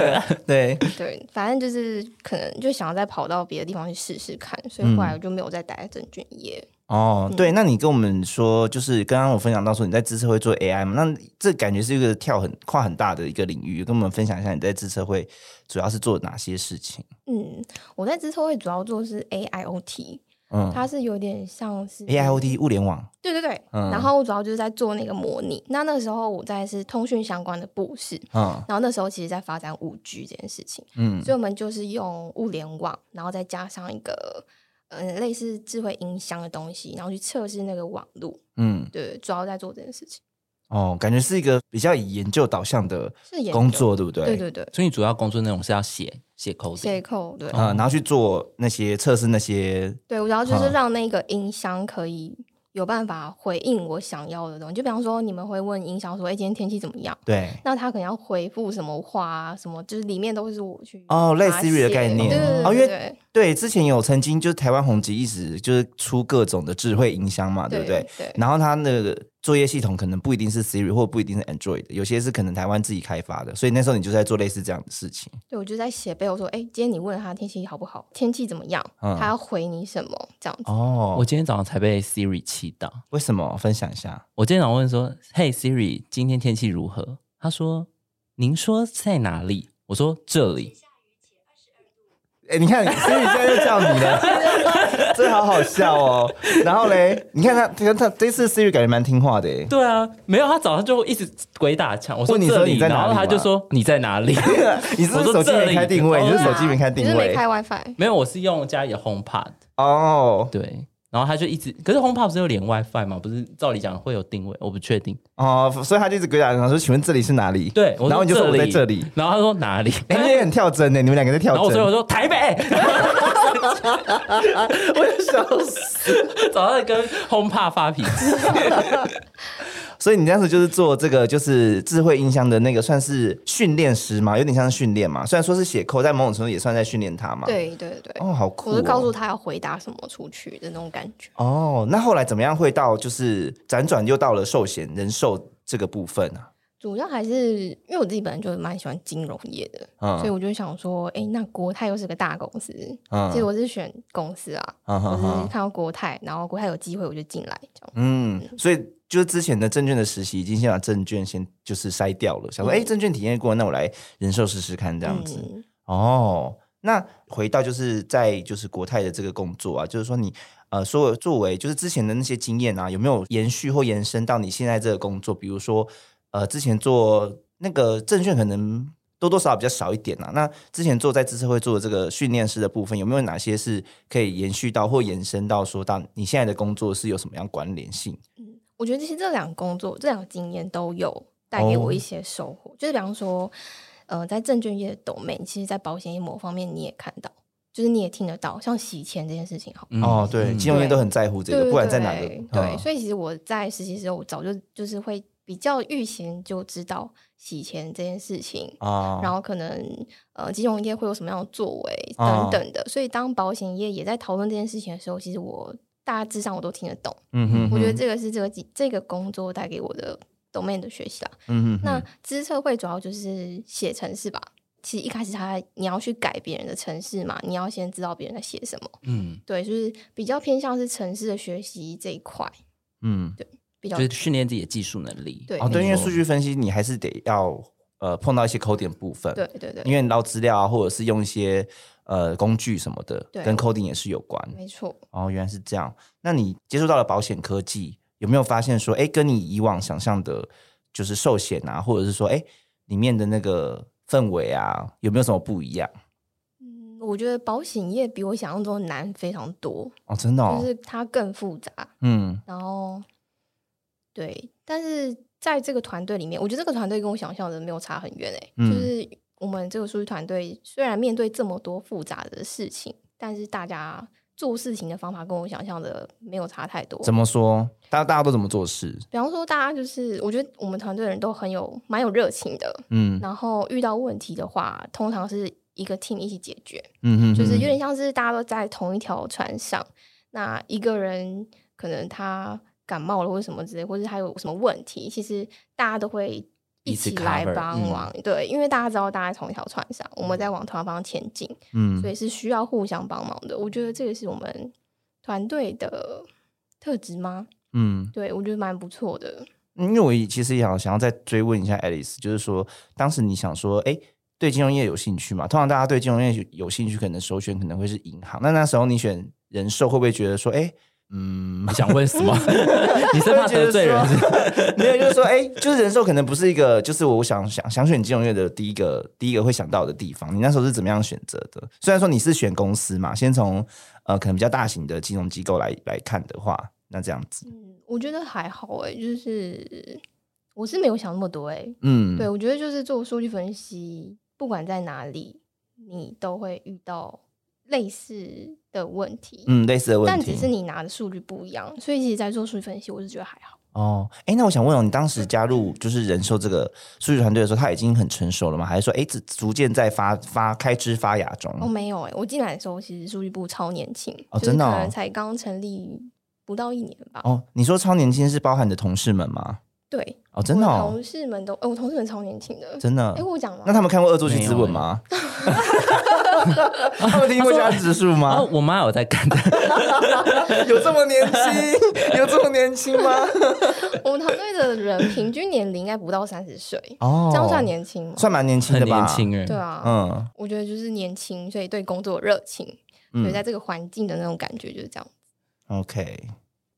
S1: 对，
S3: 对，反正就是可能就想要再跑到别的地方去试试看，所
S1: 嗯
S3: 以后来我就没有再待在证券业。
S1: 哦，
S3: 嗯
S1: 对，那你跟我们说，就是刚刚我分享到说你在资社会做 AI 嘛，那这感觉是一个跳很跨很大的一个领域，跟我们分享一下你在资社会主要是做哪些事情？
S3: 嗯，我在资策会主要做的是 AIOT，
S1: 嗯
S3: 它是有点像是
S1: ，AIoT 物联网，
S3: 对对对，
S1: 嗯
S3: 然后我主要就是在做那个模拟。那那时候我在是通讯相关的部室，
S1: 嗯
S3: 然后那时候其实在发展五 G 这件事情，
S1: 嗯，
S3: 所以我们就是用物联网，然后再加上一个嗯类似智慧音箱的东西，然后去测试那个网络。
S1: 嗯，
S3: 对，主要在做这件事情，
S1: 哦，感觉是一个比较以研究导向的
S3: 是研究
S1: 工。作，对不对？
S3: 对对对，
S2: 所以你主要工作内容是要写写 coding，
S3: 接口对、
S1: 嗯，然后去做那些测试那些，
S3: 对，我主要就是
S1: 嗯
S3: 让那个音箱可以。有办法回应我想要的东西，就比方说你们会问音箱说：“哎、今天天气怎么样？”
S1: 对，
S3: 那他可能要回复什么话啊，什么就是里面都是我去
S1: 哦类
S3: 发
S1: Siri 的
S3: 泄
S1: 概念
S3: 嗯对对对
S1: 哦因为
S3: 对对
S1: 对，之前有曾经就是台湾红极一时就是出各种的智慧音箱嘛，对不对？
S3: 对
S1: 然后它那个作业系统可能不一定是 Siri 或不一定是 Android 的，有些是可能台湾自己开发的，所以那时候你就在做类似这样的事情。
S3: 对，我就在写背后说，哎、今天你问他天气好不好，天气怎么样，
S1: 嗯
S3: 他要回你什么这样子。
S1: 哦，
S2: 我今天早上才被 Siri 气到。
S1: 为什么分享一下？
S2: 我今天早上问说：“Hey Siri，今天天气如何？”他说：“您说在哪里？”我说：“这里。
S1: 哎，你看 Siri 现在就叫你了，这好好笑哦。然后嘞，你看他，你看他这次 Siri 感觉蛮听话的耶，
S2: 对啊，没有，他早上就一直鬼打墙。我说
S1: 问你
S2: 这
S1: 说
S2: 里，
S1: 你在哪里
S2: 然后他就说你在哪里？ (laughs)
S1: 你是不
S2: 我
S1: 是
S2: 说
S1: 手机
S2: 这
S1: 没
S2: 里
S1: 开定位？
S2: 哦
S1: 你是
S2: 对
S1: 不
S2: 啊
S1: 是手机没开
S3: 你
S1: 定
S3: 是没
S1: 位
S3: 开 WiFi，
S2: 没有，我是用家里的 HomePod，
S1: 哦
S2: 对，然后他就一直，可是 HomePod 不是有连 WiFi 吗？不是，照理讲会有定位，我不确定。
S1: 哦，所以他就一直鬼打墙说：“请问这里是哪里？”
S2: 对，我
S1: 然后你就说我在这里。，
S2: 然后他说哪里？
S1: (laughs) 哎，你也很跳针呢，你们两个在
S2: 然后
S1: 跳
S2: 所以我
S1: 针。
S2: 说台北，
S1: 我就 (laughs) 笑死。
S2: 早上跟 HomePod 发脾气，
S1: 所以你当时就是做这个，就是智慧音箱的那个，算是训练师嘛，有点像是训练嘛。虽然说是写扣，但某种程度也算在训练他嘛。。
S3: 对对对，
S1: 哦，好酷、哦！
S3: 我就告诉他要回答什么出去的那种感觉。
S1: 哦，那后来怎么样会到就是辗转又到了寿险人寿这个部分啊？
S3: 主要还是因为我自己本来就蛮喜欢金融业的，
S1: 嗯
S3: 所以我就想说，哎、那国泰又是个大公司，
S1: 嗯
S3: 其实我是选公司啊，
S1: 嗯
S3: 我是
S1: 哼
S3: 看到国泰，然后国泰有机会我就进来这样。
S1: 嗯，所以就是之前的证券的实习已经先把证券先就是筛掉了，想说哎、诶证券体验过，那我来人寿试试看这样子。
S3: 嗯
S1: 哦，那回到就是在就是国泰的这个工作啊，就是说你呃，所有作为就是之前的那些经验啊，有没有延续或延伸到你现在这个工作？比如说呃，之前做那个证券可能。多多少少比较少一点啊。那之前做在资策会做的这个训练师的部分，有没有哪些是可以延续到或延伸到说到你现在的工作是有什么样关联性？
S3: 我觉得其实这两个工作，这两个经验都有带给
S1: 哦
S3: 我一些收获。就是比方说，呃，在证券业的 domain，其实，在保险业某方面你也看到，就是你也听得到，像洗钱这件事情好了，
S2: 嗯
S1: 哦，对，
S2: 嗯
S1: 金融业都很在乎这个，
S3: 对
S1: 不管在哪个
S3: 对对，
S1: 嗯
S3: 所以其实我在实习时候，我早就就是会比较预先就知道洗钱这件事情，
S1: 啊，
S3: 然后可能呃金融业会有什么样的作为
S1: 哦
S3: 等等的，所以当保险业也在讨论这件事情的时候，其实我大致上我都听得懂。
S1: 嗯哼
S3: 我觉得这个是这个几这个工作带给我的 domain 的学习啦。
S1: 嗯哼哼
S3: 那资策会主要就是写程式吧。其实一开始它你要去改别人的程式嘛，你要先知道别人在写什么。
S2: 嗯，
S3: 对，就是比较偏向是城市的学习这一块
S1: 嗯
S3: 比较
S2: 就是训练自己的技术能力。
S3: 对
S1: 哦，对，因为
S2: 没
S1: 数
S2: 错
S1: 据分析你还是得要呃碰到一些抠点部分，
S3: 对，对对，
S1: 因为你捞资料啊，或者是用一些呃工具什么的，
S3: 对
S1: 跟 coding 也是有关。
S3: 没错。
S1: 哦，原来是这样。那你接触到了保险科技，有没有发现说，哎，跟你以往想象的，就是寿险啊，或者是说，哎，里面的那个氛围啊，有没有什么不一样？
S3: 嗯，我觉得保险业比我想象中难非常多，
S1: 哦，真的、哦，
S3: 就是它更复杂。
S1: 嗯
S3: 然后，对，但是在这个团队里面，我觉得这个团队跟我想象的没有差很远诶、欸
S1: 嗯
S3: 就是我们这个数据团队虽然面对这么多复杂的事情，但是大家做事情的方法跟我想象的没有差太多。
S1: 怎么说？大家大家都怎么做事？
S3: 比方说，大家就是我觉得我们团队的人都很有蛮有热情的，
S1: 嗯
S3: 然后遇到问题的话，通常是一个 team 一起解决，
S1: 嗯嗯，
S3: 就是有
S1: 嗯
S3: 点像是大家都在同一条船上。那一个人可能他感冒了或者什么之类，或者他有什么问题，其实大家都会一
S2: 一起
S3: 起来
S2: cover，
S3: 帮
S2: 嗯
S3: 忙。对，因为大家知道大家在同一条船上，我们在往同一方向前进，
S1: 嗯
S3: 所以是需要互相帮忙的。我觉得这个是我们团队的特质吗？
S1: 嗯，
S3: 对我觉得蛮不错的。
S1: 因为我也其实也想想要再追问一下 Alice，就是说当时你想说，哎，对金融业有兴趣嘛？通常大家对金融业有有兴趣，可能首选可能会是银行。那那时候你选人寿，会不会觉得说，哎，嗯
S2: (laughs) 你，想问什么？你是怕得罪人是不是？
S1: (laughs) 没有，就是说，哎，就是人寿可能不是一个，就是我想想想选金融业的第一个第一个会想到的地方。你那时候是怎么样选择的？虽然说你是选公司嘛，先从呃可能比较大型的金融机构来来看的话，那这样子，
S3: 嗯，我觉得还好诶、就是我是没有想那么多欸诶、
S1: 嗯，
S3: 对，我觉得就是做数据分析，不管在哪里，你都会遇到类似的问题，
S1: 嗯，类似的问题，
S3: 但只是你拿的数据不一样，所以其实，在做数据分析，我是觉得还好。
S1: 哦，哎，那我想问哦，你当时加入就是人寿这个数据团队的时候，它已经很成熟了吗？还是说，哎，只逐渐在发发开枝发芽中？
S3: 哦，没有诶、我进来的时候，其实数据部超年轻，
S1: 嗯哦
S3: 就是
S1: 真的
S3: 可
S1: 哦
S3: 能才刚成立不到一年吧。
S1: 哦，你说超年轻是包含你的同事们吗？
S3: 对，
S1: 哦，真的
S3: 我
S1: 哦，
S3: 同事们都，呃我同事们超年轻的。
S1: 真的
S3: 哎、。我讲吗？
S1: 那他们看过《恶作剧之吻》吗？ (laughs) 他们听过加指数
S2: 哦
S1: 吗？，
S2: 我妈有在看的，
S1: 有这么年轻？有这么年轻吗？
S3: (laughs) 我们团队的人平均年龄应该不到三十岁，
S1: 哦，
S3: 这样算年轻吗？
S1: 算蛮年轻
S2: 很
S1: 的吧？
S2: 年轻人
S3: 对。啊，
S1: 嗯
S3: 我觉得就是年轻，所以对工作有热情，所以在这个环境的那种感觉就是这样。
S1: OK，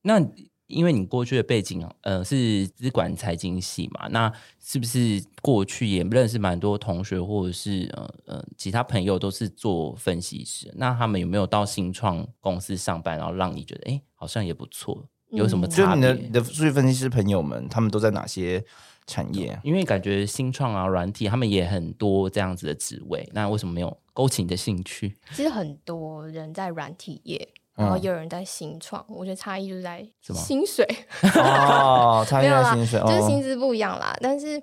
S2: 那因为你过去的背景，呃，是资管财经系嘛，那是不是过去也认识蛮多同学，或者是呃呃其他朋友都是做分析师？那他们有没有到新创公司上班，然后让你觉得，哎，好像也不错？有什么
S3: 嗯
S1: 就
S2: 差
S1: 你
S2: 别？
S1: 的你的数据分析师朋友们，他们都在哪些产业？
S2: 因为感觉新创啊、软体，他们也很多这样子的职位，那为什么没有勾起你的兴趣？
S3: 其实很多人在软体业，
S1: 嗯
S3: 然后也有人在新创，我觉得差异就是在
S2: 什么
S3: 薪水， (laughs)
S1: 哦，差
S3: 没
S1: 异
S3: 有
S1: 在
S3: 啦，
S1: 薪水，
S3: 就是
S1: 哦
S3: 薪资不一样啦。但是，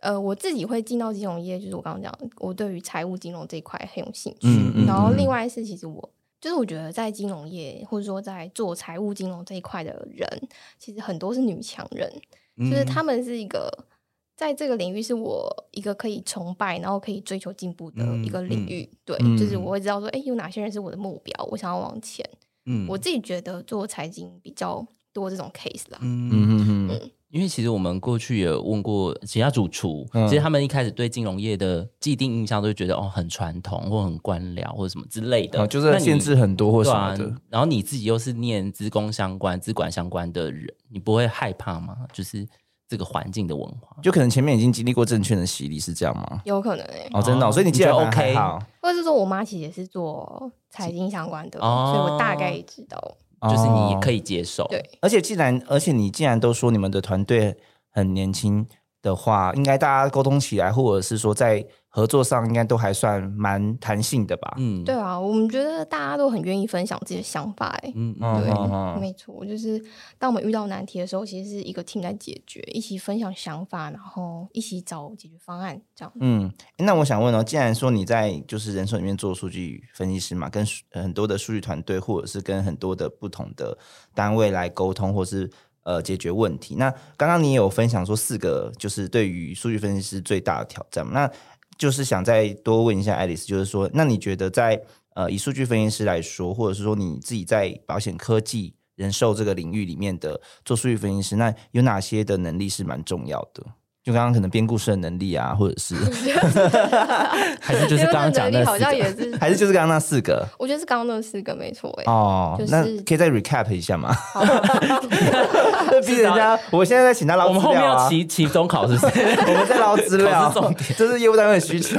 S3: 呃，我自己会进到金融业，就是我刚刚讲的，我对于财务金融这一块很有兴趣。
S1: 嗯嗯
S3: 然后
S1: 嗯
S3: 另外是，其实我就是我觉得在金融业或者说在做财务金融这一块的人，其实很多是女强人，
S2: 嗯
S3: 就是他们是一个。在这个领域是我一个可以崇拜，然后可以追求进步的一个领域。对，
S1: 嗯
S3: 就是我会知道说，哎、有哪些人是我的目标，我想要往前。
S2: 嗯
S3: 我自己觉得做财经比较多这种 case 啦。
S2: 嗯
S1: 嗯嗯嗯
S2: 因为其实我们过去也有问过其他主厨，
S1: 嗯
S2: 其实他们一开始对金融业的既定印象都会觉得哦很传统或很官僚或者什么之类的，
S1: 哦，就是
S2: 那你
S1: 限制很多或
S2: 对
S1: 什
S2: 啊
S1: 么的。。
S2: 然后你自己又是念资工相关、资管相关的人，你不会害怕吗？就是这个环境的文化，
S1: 就可能前面已经经历过证券的洗礼，是这样吗？
S3: 有可能哎、
S1: 哦，真的哦，所以你
S2: 你
S1: 既然
S2: 觉得
S1: 反而还
S2: OK
S1: 好
S3: 或者是说我妈其实也是做财经相关的，
S2: 哦
S3: 所以我大概也知道。
S2: 就是你也可
S1: 以。
S2: 以接受。
S3: 对
S1: 哦而且既然，而且你既然都说你们的团队很年轻的话，应该大家沟通起来，或者是说在合作上，应该都还算蛮弹性的吧？
S2: 嗯，
S3: 对啊，我们觉得大家都很愿意分享自己的想法哎、
S2: 嗯，嗯
S1: 嗯
S3: 对，
S1: 嗯嗯
S3: 没错，就是当我们遇到难题的时候，其实是一个 team 在解决，一起分享想法，然后一起找解决方案，这样。
S1: 嗯，诶那我想问哦，既然说你在就是人手里面做数据分析师嘛，跟数呃很多的数据团队，或者是跟很多的不同的单位来沟通，或是呃解决问题。那刚刚你也有分享说四个就是对于数据分析师最大的挑战嘛，那就是想再多问一下爱丽丝，就是说，那你觉得在呃以数据分析师来说，或者是说你自己在保险科技、人寿这个领域里面的做数据分析师，那有哪些的能力是蛮重要的？就刚刚可能编故事的能力啊，或者是
S2: 还是就是
S3: 因为
S2: 刚刚
S3: 这
S2: 讲
S3: 能
S2: 的
S3: 力好像也是，
S1: 还是就是刚刚那四个
S3: 我觉得是刚刚那四个没错哎、
S1: 哦，
S3: 就是
S1: 那可以再 recap 一下
S3: (laughs)
S1: 吗？
S3: 好好好
S1: 逼人家，我现在在请他捞
S2: 我
S1: 资
S2: 们后面
S1: 料
S2: 要
S1: 啊，
S2: 期期中考是不是？
S1: (laughs) 我们在捞资料
S2: (laughs) 考试重，点
S1: 这是业务单位的需
S2: (laughs)
S1: 求。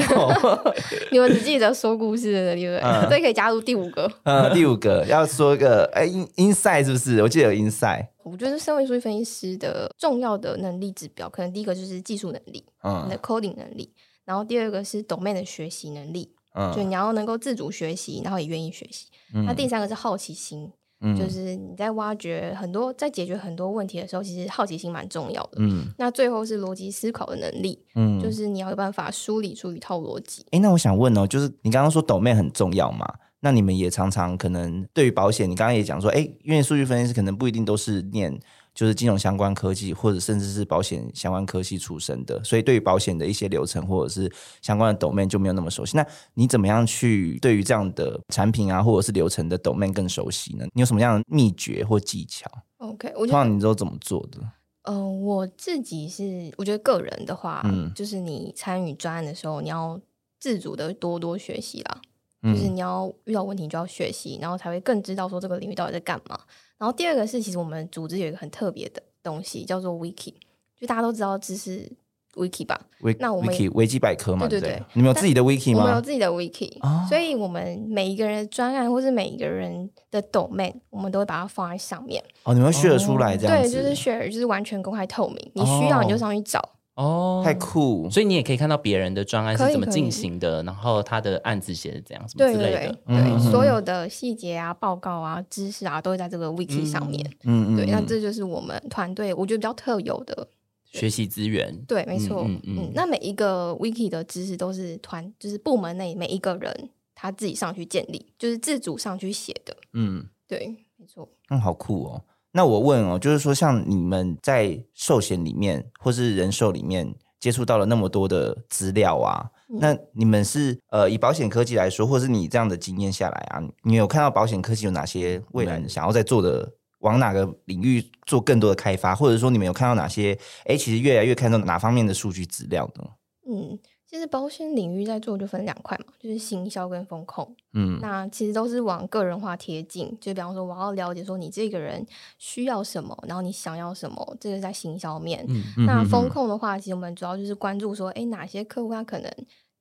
S3: 你们只记得说故事的能力，对不
S1: 嗯
S3: 对？所以可以加入第五个。
S1: 呃，第五个要说个哎，in inside 是不是？我记得有 inside，
S3: 我觉得身为数据分析师的重要的能力指标，可能第一个就是技术能力，你
S1: 嗯
S3: 的 coding 能力，然后第二个是 domain 的学习能力，就
S1: 嗯
S3: 你要能够自主学习，然后也愿意学习。那第三个是好奇心，
S1: 嗯
S3: 就是你在挖掘很多，在解决很多问题的时候，其实好奇心蛮重要的。
S1: 嗯
S3: 那最后是逻辑思考的能力，
S1: 嗯，
S3: 就是你要有办法梳理出一套逻辑。
S1: 哎，那我想问哦，就是你刚刚说抖妹很重要嘛？那你们也常常可能对于保险，你刚刚也讲说，哎，因为数据分析师可能不一定都是念就是金融相关科技，或者甚至是保险相关科技出身的，所以对于保险的一些流程或者是相关的抖妹就没有那么熟悉。那你怎么样去对于这样的产品啊，或者是流程的抖妹更熟悉呢？你有什么样的秘诀或技巧？
S3: OK，
S1: 通
S3: 我觉得
S1: 常你都怎么做的？
S3: 呃，我自己是，我觉得个人的话，
S1: 嗯
S3: 就是你参与专案的时候，你要自主的多多学习啦。就是
S1: 嗯
S3: 你要遇到问题你就要学习，然后才会更知道说这个领域到底在干嘛。然后第二个是，其实我们组织有一个很特别的东西，叫做 Wiki，就大家都知道知识 Wiki 吧？
S1: 维
S3: 那我们
S1: wiki 维基百科嘛，
S3: 对对
S1: 不
S3: 对
S1: 你们有自己的 wiki
S3: 我
S1: 吗？
S3: 们有自己的 Wiki，、
S1: 哦
S3: 所以我们每一个人的专案或是每一个人的 domain，我们都会把它放在上面。
S1: 哦，你们 share 出来这样
S3: 对，
S1: 子，
S3: 就是 share，就是完全公开透明，你需要你就上去找。
S2: 哦，
S1: 太酷。
S2: 所以你也可以看到别人的专案
S3: 可
S2: 是
S3: 以
S2: 怎么
S3: 可以
S2: 进行的，然后他的案子写的怎样，什么
S3: 对
S2: 之
S3: 对
S2: 类
S3: 对
S2: 的。
S3: 对，
S1: 嗯
S3: 所有的细节啊、报告啊、知识啊，都会在这个 wiki 上面。
S1: 嗯
S3: 对，那这就是我们团队我觉得比较特有的
S2: 学习资源，
S3: 对，没错，
S2: 嗯
S3: 嗯
S2: 嗯嗯
S3: 那每一个 wiki 的知识都是团，就是部门内每一个人他自己上去建立，就是自主上去写的。
S1: 嗯
S3: 对，没错。
S1: 嗯，好酷哦。那我问哦，就是说像你们在寿险里面或是人寿里面接触到了那么多的资料啊，
S3: 嗯
S1: 那你们是呃以保险科技来说，或是你这样的经验下来啊，你有看到保险科技有哪些未来
S2: 嗯
S1: 想要在做的？往哪个领域做更多的开发，或者说你们有看到哪些？哎，其实越来越看重哪方面的数据资料呢？
S3: 嗯，其实保险领域在做就分两块嘛，就是行销跟风控。
S1: 嗯
S3: 那其实都是往个人化贴近，就比方说我要了解说你这个人需要什么，然后你想要什么，这个在行销面。
S2: 嗯
S1: 嗯
S3: 那
S1: 嗯
S3: 风
S1: 嗯
S3: 控的话，其实我们主要就是关注说，诶，哪些客户他可能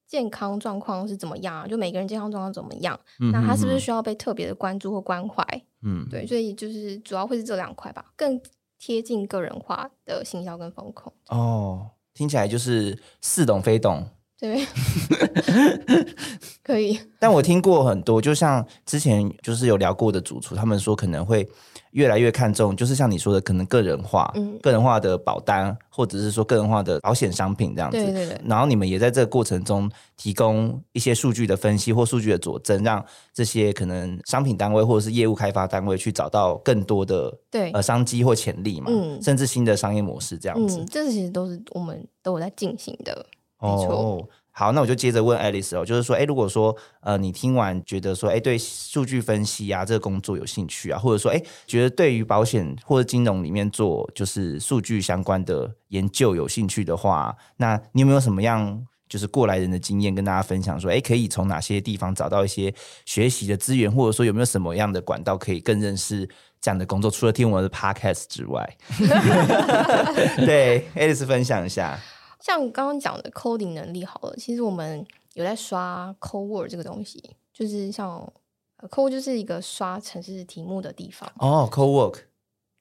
S3: 健康状况是怎么样啊，就每个人健康状况怎么样，
S1: 嗯
S3: 那他是不是
S1: 嗯
S3: 需要被特别的关注或关怀？
S1: 嗯
S3: 对，所以就是主要会是这两块吧，更贴近个人化的行销跟风控。
S1: 哦，听起来就是似懂非懂。 (laughs)
S3: 对，可以，
S1: 但我听过很多，就像之前就是有聊过的主厨，他们说可能会越来越看重，就是像你说的，可能个人化、
S3: 嗯
S1: 个人化的保单，或者是说个人化的保险商品这样子。
S3: 对对对
S1: 然后你们也在这个过程中提供一些数据的分析或数据的佐证，让这些可能商品单位或者是业务开发单位去找到更多的
S3: 对
S1: 呃，商机或潜力嘛，
S3: 嗯
S1: 甚至新的商业模式这样子。
S3: 嗯，这其实都是我们都有在进行的。没错
S1: 哦，好，那我就接着问 Alice 哦，就是说，哎，如果说呃，你听完觉得说，哎，对数据分析啊这个工作有兴趣啊，或者说，哎，觉得对于保险或者金融里面做就是数据相关的研究有兴趣的话，那你有没有什么样？就是过来人的经验跟大家分享说，哎，可以从哪些地方找到一些学习的资源，或者说有没有什么样的管道可以更认识这样的工作？除了听我的 podcast 之外， (laughs) 对 Alice 分享一下。
S3: 像刚刚讲的 coding 能力好了，其实我们有在刷 Code Word 这个东西，就是像呃 Code 就是一个刷城市题目的地方
S1: 哦，co work。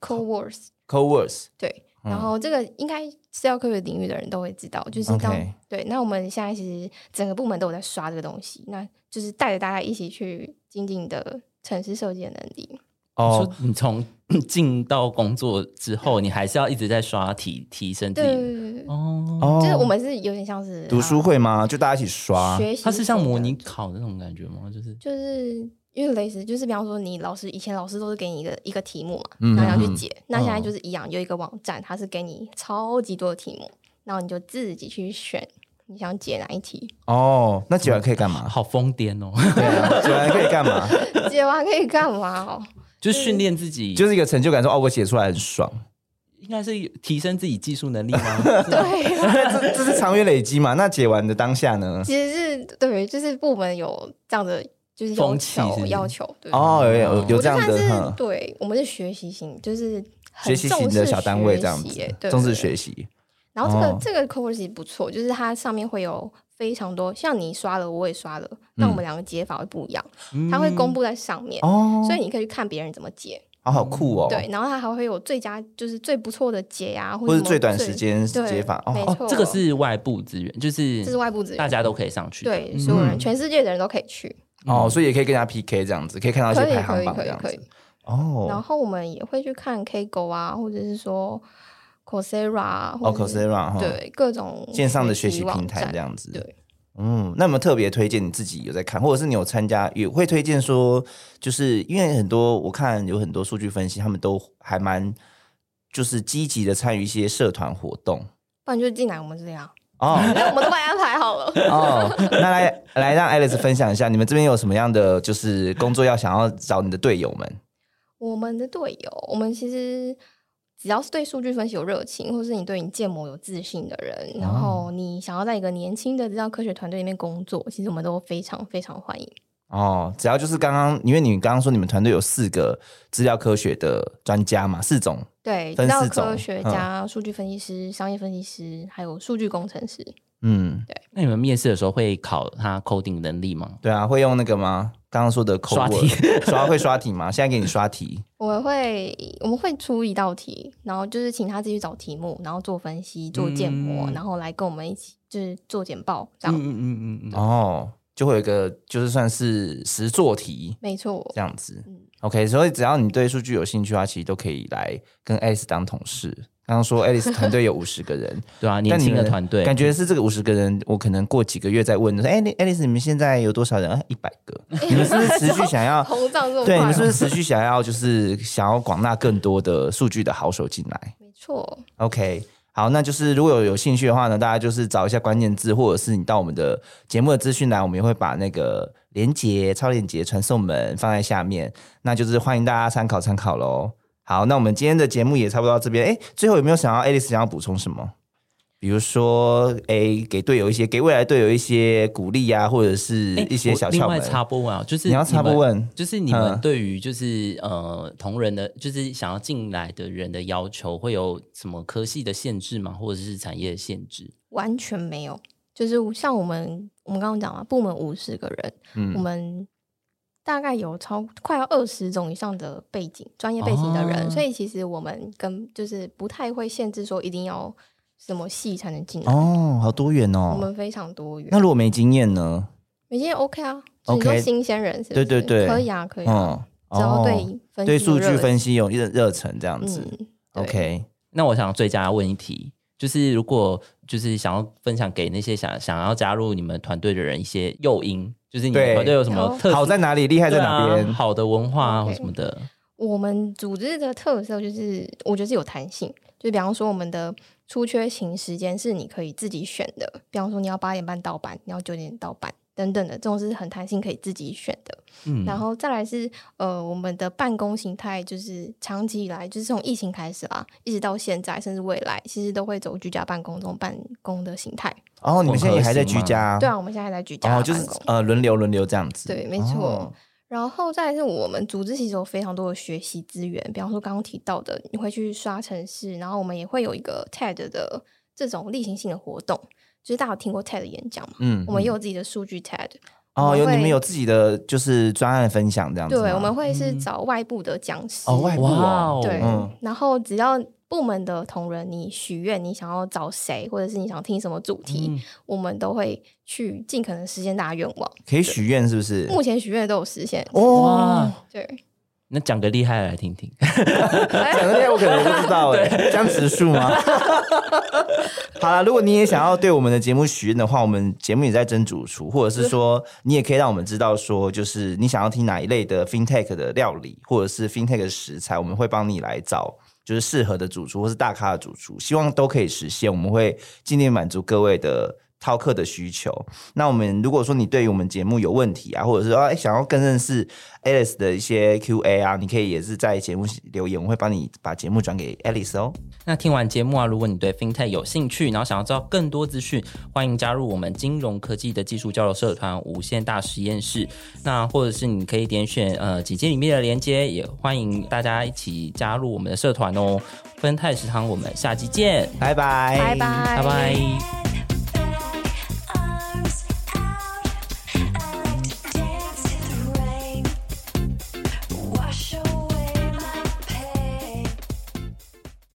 S3: ，Code Words
S1: Co Words，
S3: 对。
S1: 嗯
S3: 然后这个应该资料科学领域的人都会知道，就是当
S1: OK
S3: 对。那我们现在其实整个部门都有在刷这个东西，那就是带着大家一起去精进的城市设计的能力。
S1: 哦，
S2: 你从 (clears throat) 进到工作之后，你还是要一直在刷题，提升自
S3: 对对
S2: 己。
S3: 对对对，
S2: 哦，
S1: 哦，
S3: 就是我们是有点像是
S1: 读书会吗？就大家一起刷
S3: 呃，学习，
S2: 它是像模拟考那种感觉吗？就是
S3: 就是因为类似，就是比方说你老师以前老师都是给你一个一个题目嘛，
S1: 嗯
S3: 然后你要
S1: 嗯
S3: 去解。那现在就是一样，有一个网站，它是给你超级多的题目，然后你就自己去选你想解哪一题。
S1: 哦，那解完可以干
S3: (laughs)
S1: 嘛？
S2: 好疯癫哦， (laughs)
S1: 对啊，解完可以干嘛？
S3: 解完可以干嘛哦？ (laughs)
S2: 就是训练自己，就
S1: 就是是一个成就感，说哦，我写出来很爽， (laughs)
S2: 应该是提升自己技术能力吗？
S3: 对啊、
S1: 这这是长远累积嘛？那解完的当下呢？
S3: 其实是对，就是部门有这样的就是要
S2: 风气是
S3: 求
S2: 不是
S3: 要求，对，
S1: 哦，有有
S3: 我
S1: 有
S3: 就
S1: 这样
S3: 算
S1: 的
S3: 是
S1: 哼
S3: 对，我们是学习型，就是很
S1: 学习型
S3: 重
S1: 的
S3: 视
S1: 小单位这样
S3: 学习耶
S1: 子，
S3: 对
S1: 重
S3: 对
S1: 视学
S3: 对
S1: 习。
S3: 然后这个、
S1: 哦
S3: 这个 c o v e r s 不错，就是它上面会有非常多，像你刷了，我也刷了，那
S1: 嗯
S3: 我们两个解法会不一样，
S2: 嗯
S3: 它会公布在上面，
S1: 哦，
S3: 所以你可以去看别人怎么解，
S1: 好好酷哦，
S3: 对，，然后它还会有最佳，就是最不错的解呀、或
S1: 或
S3: 者
S1: 是
S3: 什么
S1: 最短时，间
S3: 对
S1: 解法
S3: 没
S1: 哦，
S3: 错、
S1: 哦
S2: 这个是外部资源，就是
S3: 这是外部资源
S2: 大家都可以上去的。
S3: 对所有
S1: 嗯
S3: 人、全世界的人都可以去，
S1: 哦，所以也可以跟人家 PK 这样子，可以看到一
S3: 可
S1: 些
S3: 以
S1: 排
S3: 可
S1: 行
S3: 以
S1: 榜
S3: 可
S1: 这
S3: 以
S1: 样
S3: 可以
S1: 子。，
S3: 然
S1: 哦，
S3: 后我们也会去看 K 狗啊，或者是说 Coursera，啊
S1: 哦
S3: 或者是
S1: Coursera 哈，，
S3: 对各种
S1: 线上的学习
S3: 网
S1: 平台
S3: 站
S1: 这样子，
S3: 对，
S1: 嗯，那有没有特别推荐你自己有在看，或者是你有参加，也会推荐说，就是因为很多我看有很多数据分析，他们都还蛮就是积极的参与一些社团活动
S3: 不然就进来我们这样，
S1: 哦
S3: 我们都帮你安排好了。
S1: 哦，那来来让 Alice 分享一下，你们这边有什么样的就是工作要想要找你的队友们？
S3: 我们的队友，我们其实只要是对数据分析有热情，或是你对你建模有自信的人，然
S1: 哦
S3: 后你想要在一个年轻的资料科学团队里面工作，其实我们都非常非常欢迎。
S1: 哦，只要就是刚刚，因为你刚刚说你们团队有四个资料科学的专家嘛，四种
S3: 对，资
S1: 分
S3: 料
S1: 四种嗯
S3: 科学家、数据分析师、商业分析师，还有数据工程师，
S1: 嗯，
S2: 那你们面试的时候会考他 coding 能力吗？
S1: 对啊，会用那个吗？刚刚说的口
S2: 刷题
S1: 吻刷会刷题吗？现在给你刷题。
S3: 我们会我们会出一道题，然后就是请他自己去找题目，然后做分析、做建模，
S2: 嗯
S3: 然后来跟我们一起就是做简报这
S2: 嗯
S3: 样。
S2: 嗯嗯嗯嗯，
S1: 哦，就会有一个就是算是实作题
S3: 没错
S1: 这，样子。
S3: 嗯
S1: OK，所以只要你对数据有兴趣的话，其实都可以来跟 Alice 当同事。刚刚说 Alice 团队有五十个人，
S2: 对啊，
S1: 但
S2: 年
S1: 你
S2: 轻的
S1: 们
S2: 团队
S1: 感觉是这个五十个人，我可能过几个月再问，说哎、你 Alice 你们现在有多少人？哎一、百个。你们是不是持续想
S3: (laughs)
S1: 要？
S3: 膨胀这么快
S1: 啊对，你们是不
S3: 哦，
S1: 是持续想要就是想要广纳更多的数据的好手进来？
S3: 没错，
S1: OK，好，那就是如果有有兴趣的话呢，大家就是找一下关键字，或者是你到我们的节目的资讯栏，我们也会把那个连接、超链接、传送门放在下面，那就是欢迎大家参考参考喽。好，那我们今天的节目也差不多到这边。哎，最后有没有想要 Alice 想要补充什么？比如说，哎，给队友一些，给未来队友一些鼓励啊，或者是
S2: 哎
S1: 一些
S2: 我
S1: 小
S2: 另
S1: 窍
S2: 外
S1: 门。
S2: 插播问啊，就是
S1: 你要插
S2: 们
S1: 播问
S2: 就是你们
S1: 嗯
S2: 对于就是、呃同仁的，就是想要进来的人的要求，会有什么科系的限制吗？或者是产业的限制？
S3: 完全没有。就是像我们我们刚刚讲嘛，部门五十个人，我
S1: 嗯，
S3: 们大概有超快要二十种以上的背景、专业背景的人，
S2: 哦
S3: 所以其实我们跟就是不太会限制说一定要什么系才能进来，
S1: 哦，好多元
S3: 我
S1: 哦。
S3: 们非常多元
S1: 那。如果没经验呢？
S3: 每天 OK 啊，就是你说
S1: OK
S3: 新鲜人是不
S1: 对
S3: 是
S1: 对对
S3: 可以啊，可以啊，
S1: 嗯，
S3: 只要
S1: 哦
S3: 对分析
S1: 对数
S3: 有
S1: 据
S3: 热
S1: 分析有热热忱这样子。
S3: 嗯
S1: OK，
S2: 那我想追加问一题，就是如果就是想要分享给那些想想要加入你们团队的人一些诱因，就是你们
S1: 对
S2: 团队有什么
S3: 哦
S2: 特
S1: 好在哪里？厉害在
S2: 对
S1: 哪边
S2: 啊、？好的文化啊
S3: OK
S2: 或什么的，
S3: 我们组织的特色就是，我觉得是有弹性。就比方说，我们的出缺勤时间是你可以自己选的，比方说你要八点半到班，你要九点到班等等的，这种是很弹性可以自己选的。
S2: 嗯，
S3: 然后再来是呃，我们的办公形态就是长期以来，就是从疫情开始啊，一直到现在，甚至未来，其实都会走居家办公这种办公的形态。
S1: 哦，你们现在也还在居家？
S3: 对啊，我们现在还在居家办
S1: 哦，就
S3: 公，
S1: 是呃轮流轮流这样子。
S3: 对，没错。
S1: 哦
S3: 然后再来是我们组织其实有非常多的学习资源，比方说刚刚提到的，你会去刷城市，然后我们也会有一个 TED 的这种例行性的活动，就是大家有听过 TED 的演讲嘛？
S1: 嗯
S3: 我们
S1: 嗯
S3: 也有自己的数据 TED，我
S1: 哦，
S3: 们
S1: 有你们
S3: 会
S1: 有自己的就是专案分享这样子吗。
S3: 对，我们会是
S2: 嗯
S3: 找外部的讲师，
S1: 哦外部哦
S2: 哦
S3: 对，
S1: 嗯
S3: 然后只要部门的同仁你许愿，你想要找谁，或者是你想听什么主题，
S2: 嗯
S3: 我们都会去尽可能实现大家愿望。
S1: 可以许愿是不是？
S3: 目前许愿都有实现，
S1: 哦哇，
S2: 哇，
S3: 对。
S2: 那讲个厉害的来听听，
S1: (laughs) 讲的厉害我可能不知道哎，江直树吗？ (laughs) 好了，如果你也想要对我们的节目许愿的话，我们节目也在争主厨，或者是说你也可以让我们知道说，就是你想要听哪一类的 FinTech 的料理，或者是 FinTech 的食材，我们会帮你来找。就是适合的主厨或是大咖的主厨，希望都可以实现。我们会尽力满足各位的饕客的需求。那我们如果说你对于我们节目有问题啊，或者是说哎想要更认识 Alice 的一些 Q&A 啊，你可以也是在节目留言，我会帮你把节目转给 Alice 哦。
S2: 那听完节目啊，如果你对 FinTech 有兴趣，然后想要知道更多资讯，欢迎加入我们金融科技的技术交流社团“无限大实验室”。那或者是你可以点选呃简介里面的连接，也欢迎大家一起加入我们的社团哦。芬泰食堂，我们下期见，
S1: 拜拜，
S3: (laughs) 拜
S2: 拜
S3: 拜
S2: 拜